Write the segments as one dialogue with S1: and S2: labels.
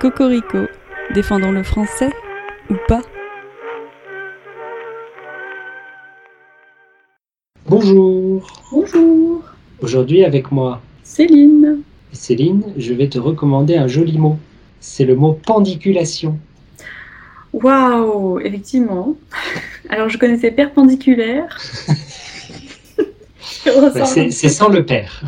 S1: Cocorico, défendons le français ou pas
S2: Bonjour
S3: Bonjour,
S2: Aujourd'hui avec moi,
S3: Céline.
S2: Céline, je vais te recommander un joli mot. C'est le mot pendiculation.
S3: Waouh, effectivement. Alors je connaissais perpendiculaire. Je ressens-
S2: Bah, c'est c'est sans le père.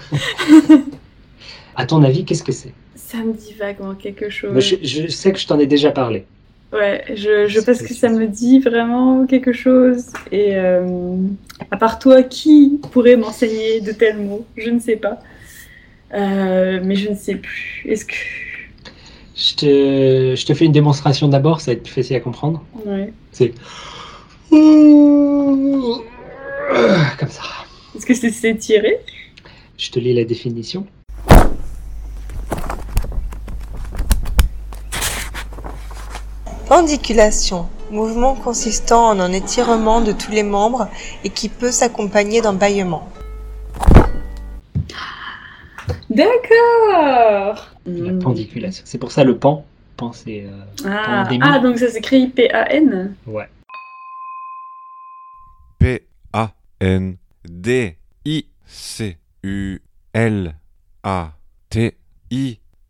S2: à ton avis, qu'est-ce que c'est
S3: Ça me dit vaguement quelque chose.
S2: Moi, je, je sais que je t'en ai déjà parlé.
S3: Ouais, je, je-
S2: C'est
S3: parce que ça me dit vraiment quelque chose. Et euh, à part toi, qui pourrait m'enseigner de tels mots Je ne sais pas. Euh, mais je ne sais plus. Est-ce que
S2: Je te, je te fais une démonstration d'abord, ça va être plus facile à comprendre.
S3: ouais.
S2: Comme ça.
S3: est-ce que c'est s'étirer
S2: Je te lis la définition.
S4: Pendiculation, mouvement consistant en un étirement de tous les membres et qui peut s'accompagner d'un bâillement.
S3: D'accord.
S2: La
S3: Hmm.
S2: pendiculation. C'est pour ça le pan. Pan, c'est. euh,
S3: Ah,
S2: Pandémie.
S3: ah, donc ça s'écrit P-A-N.
S2: ouais.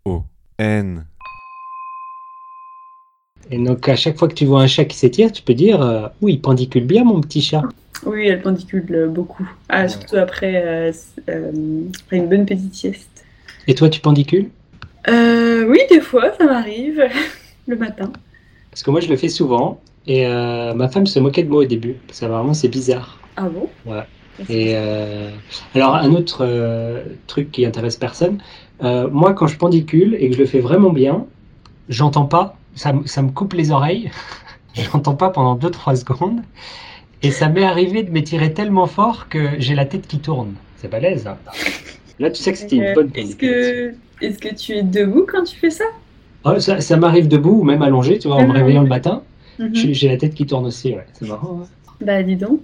S5: P-A-N-D-I-C-U-L-A-T-I-O-N.
S2: Et donc, à chaque fois que tu vois un chat qui s'étire, tu peux dire euh, Oui, il pendicule bien, mon petit chat.
S3: Oui, elle pendicule euh, beaucoup. Ah,
S2: Ouais.
S3: surtout après, euh, s- euh, après une bonne petite sieste.
S2: Et toi, tu pendicules
S3: Euh, oui, des fois, ça m'arrive le matin.
S2: Parce que moi, je le fais souvent. Et euh, ma femme se moquait de moi au début. Parce que vraiment, c'est bizarre.
S3: Ah bon
S2: Ouais. Et euh, alors, un autre euh, truc qui intéresse personne, euh, moi, quand je pendicule et que je le fais vraiment bien, j'entends pas, ça, me- ça me coupe les oreilles, j'entends pas pendant 2-3 secondes, et ça m'est arrivé de m'étirer tellement fort que j'ai la tête qui tourne. C'est balèze. hein. Là, tu sais que c'était une
S3: Euh,
S2: bonne
S3: Est-ce
S2: pendiculation.
S3: que, est-ce que tu es debout quand tu fais ça
S2: Oh, ça ça m'arrive debout ou même allongé, tu vois, en me réveillant le matin,
S3: Ah Mhm.
S2: j'ai j'ai la tête qui tourne aussi, ouais, c'est marrant. hein.
S3: Bah, dis donc.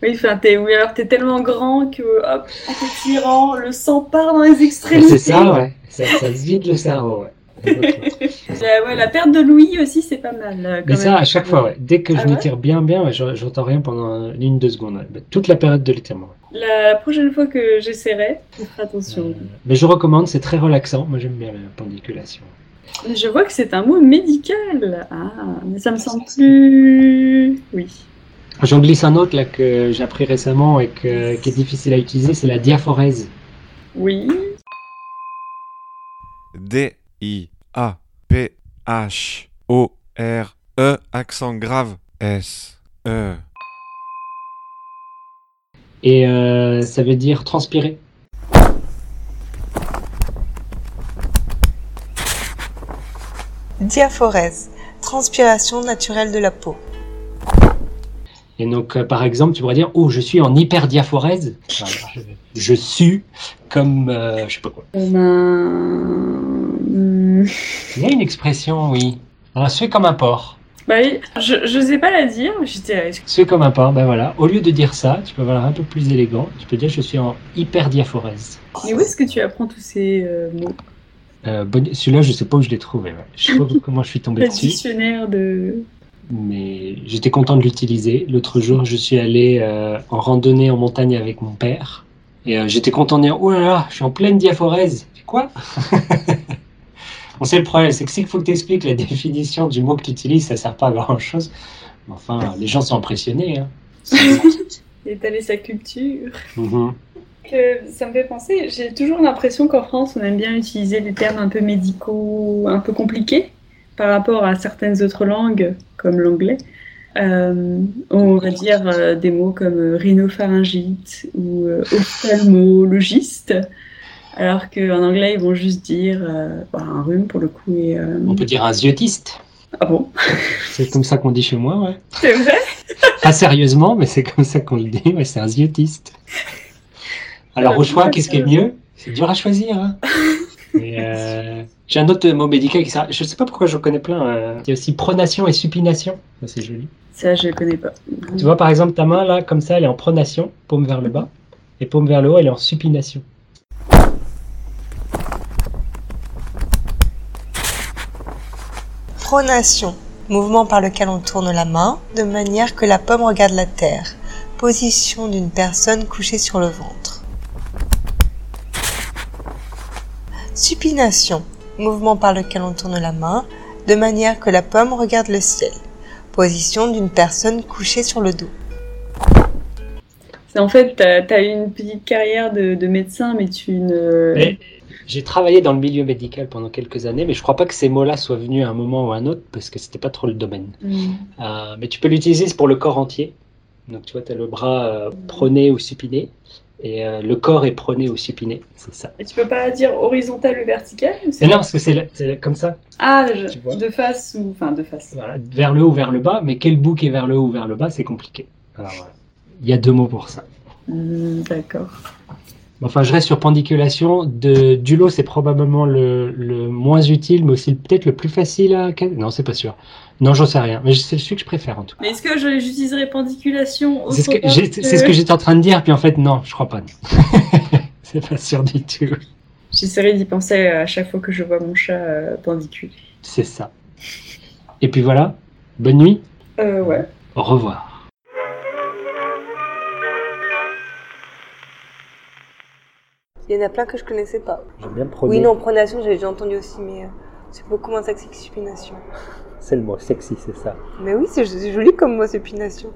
S3: Oui, enfin, t'es, oui, alors t'es tellement grand que, hop, en t'étirant, le sang part dans les
S2: Mais
S3: extrémités.
S2: C'est ça, ouais. Ça, ça se vide le cerveau, ouais.
S3: La, Euh, ouais, la perte de l'ouïe aussi, c'est pas mal. euh, quand
S2: Mais ça,
S3: même.
S2: à chaque fois, ouais. dès que
S3: Ah
S2: je
S3: ouais
S2: m'étire bien, bien, ouais, je- j'entends rien pendant une, deux secondes. ouais. Bah, Toute la période de l'étirement.
S3: La prochaine fois que j'essaierai, je ferai attention.
S2: Euh, mais je recommande, c'est très relaxant. Moi, j'aime bien la pendiculation.
S3: Mais Je vois que c'est un mot médical. Ah, mais ça me semble plus. Oui.
S2: J'en glisse un autre là, que j'ai appris récemment et que- qui est difficile à utiliser, c'est la diaphorèse.
S3: Oui.
S5: D-I-A-P-H-O-R-E, accent grave, S-E.
S2: Et euh, ça veut dire transpirer.
S4: Diaphorèse, transpiration naturelle de la peau.
S2: Et donc, euh, par exemple, tu pourrais dire Oh, je suis en hyperdiaphorèse. Enfin, je, je sue comme. euh, je sais pas quoi.
S3: Comme un. Eh ben, Hmm.
S2: Il y a une expression, oui. Un sue comme un porc.
S3: Bah oui, je, je sais pas la dire. mais J'étais.
S2: C'est comme un pain, ben voilà. Au lieu de dire ça, tu peux avoir un peu plus élégant. Tu peux dire je suis en hyper diaphorèse.
S3: Mais où est-ce que tu apprends tous ces euh, mots
S2: Euh, bon- Celui-là, je sais pas où je l'ai trouvé. ouais. Je sais pas comment je suis tombé
S3: Le
S2: dessus,
S3: dictionnaire de.
S2: mais j'étais content de l'utiliser. L'autre jour, je suis allé euh, en randonnée en montagne avec mon père. Et euh, j'étais content de dire Oh là là, je suis en pleine diaphorèse. C'est quoi On sait le problème, c'est que s'il faut que tu expliques la définition du mot que tu utilises, ça sert pas à grand chose. Enfin, les gens sont impressionnés. hein.
S3: Étaler sa culture.
S2: Mhm.
S3: Que ça me fait penser, j'ai toujours l'impression qu'en France, on aime bien utiliser des termes un peu médicaux, un peu compliqués par rapport à certaines autres langues, comme l'anglais. Euh, on va dire euh, des mots comme euh, rhinopharyngite ou euh, ophtalmologiste, alors qu'en anglais, ils vont juste dire euh, bah, un rhume pour le coup. Et, euh,
S2: On peut dire un ziotiste.
S3: Ah bon
S2: C'est comme ça qu'on dit chez moi, ouais.
S3: C'est vrai
S2: Pas sérieusement, mais c'est comme ça qu'on le dit, ouais, c'est un ziotiste. Alors au choix, qu'est-ce qui est mieux C'est dur à choisir. hein. Mais, euh, J'ai un autre mot médical qui sert. Je sais pas pourquoi j'en connais plein. euh. Il y a aussi pronation et supination. Ça, C'est joli.
S3: Ça, je ne connais pas.
S2: Tu vois par exemple ta main là, comme ça, elle est en pronation, paume vers le bas, et paume vers le haut, elle est en supination.
S4: pronation, mouvement par lequel on tourne la main de manière que la pomme regarde la terre, position d'une personne couchée sur le ventre. Supination, mouvement par lequel on tourne la main de manière que la pomme regarde le ciel, position d'une personne couchée sur le dos.
S3: C'est en fait, t'as as une petite carrière de, de médecin, mais tu ne.
S2: Mais J'ai travaillé dans le milieu médical pendant quelques années, mais je crois pas que ces mots-là soient venus à un moment ou à un autre parce que c'était pas trop le domaine.
S3: Mm.
S2: Euh, mais tu peux l'utiliser c'est pour le corps entier. Donc tu vois, tu as le bras euh, proné ou supiné. Et euh, le corps est proné ou supiné, c'est ça.
S3: Et tu peux pas dire horizontal ou vertical ou c'est-
S2: Et non, parce que c'est la- c'est comme ça,
S3: Ah, je-
S2: Tu vois.
S3: de face ou. Enfin, de face.
S2: voilà, vers le haut, vers le bas, mais quel bout qui est vers le haut ou vers le bas, c'est compliqué. Alors, voilà. il y a deux mots pour ça.
S3: Mm, D'accord.
S2: Mais Enfin, je reste sur pendiculation. De, du lot, c'est probablement le, le moins utile, mais aussi peut-être le plus facile à. cal- Non, c'est pas sûr. Non, j'en sais rien. Mais c'est celui que je préfère en tout cas.
S3: Mais est-ce que je- j'utiliserais pendiculation euh
S2: C'est ce que,
S3: autrement
S2: j'ai- c'est ce que j'étais en train de dire, puis en fait, non, je crois pas. non. c'est pas sûr du tout.
S3: J'essaierai d'y penser à chaque fois que je vois mon chat euh, pendicule.
S2: C'est ça. Et puis voilà. Bonne nuit.
S3: Euh, ouais.
S2: Au revoir.
S4: Il y en a plein que je connaissais pas.
S2: J'aime bien
S4: Oui, non, pronation, j'ai déjà entendu aussi, mais euh, c'est beaucoup moins sexy que supination.
S2: C'est le mot sexy, c'est ça.
S4: Mais oui, c'est c'est joli comme mot, supination.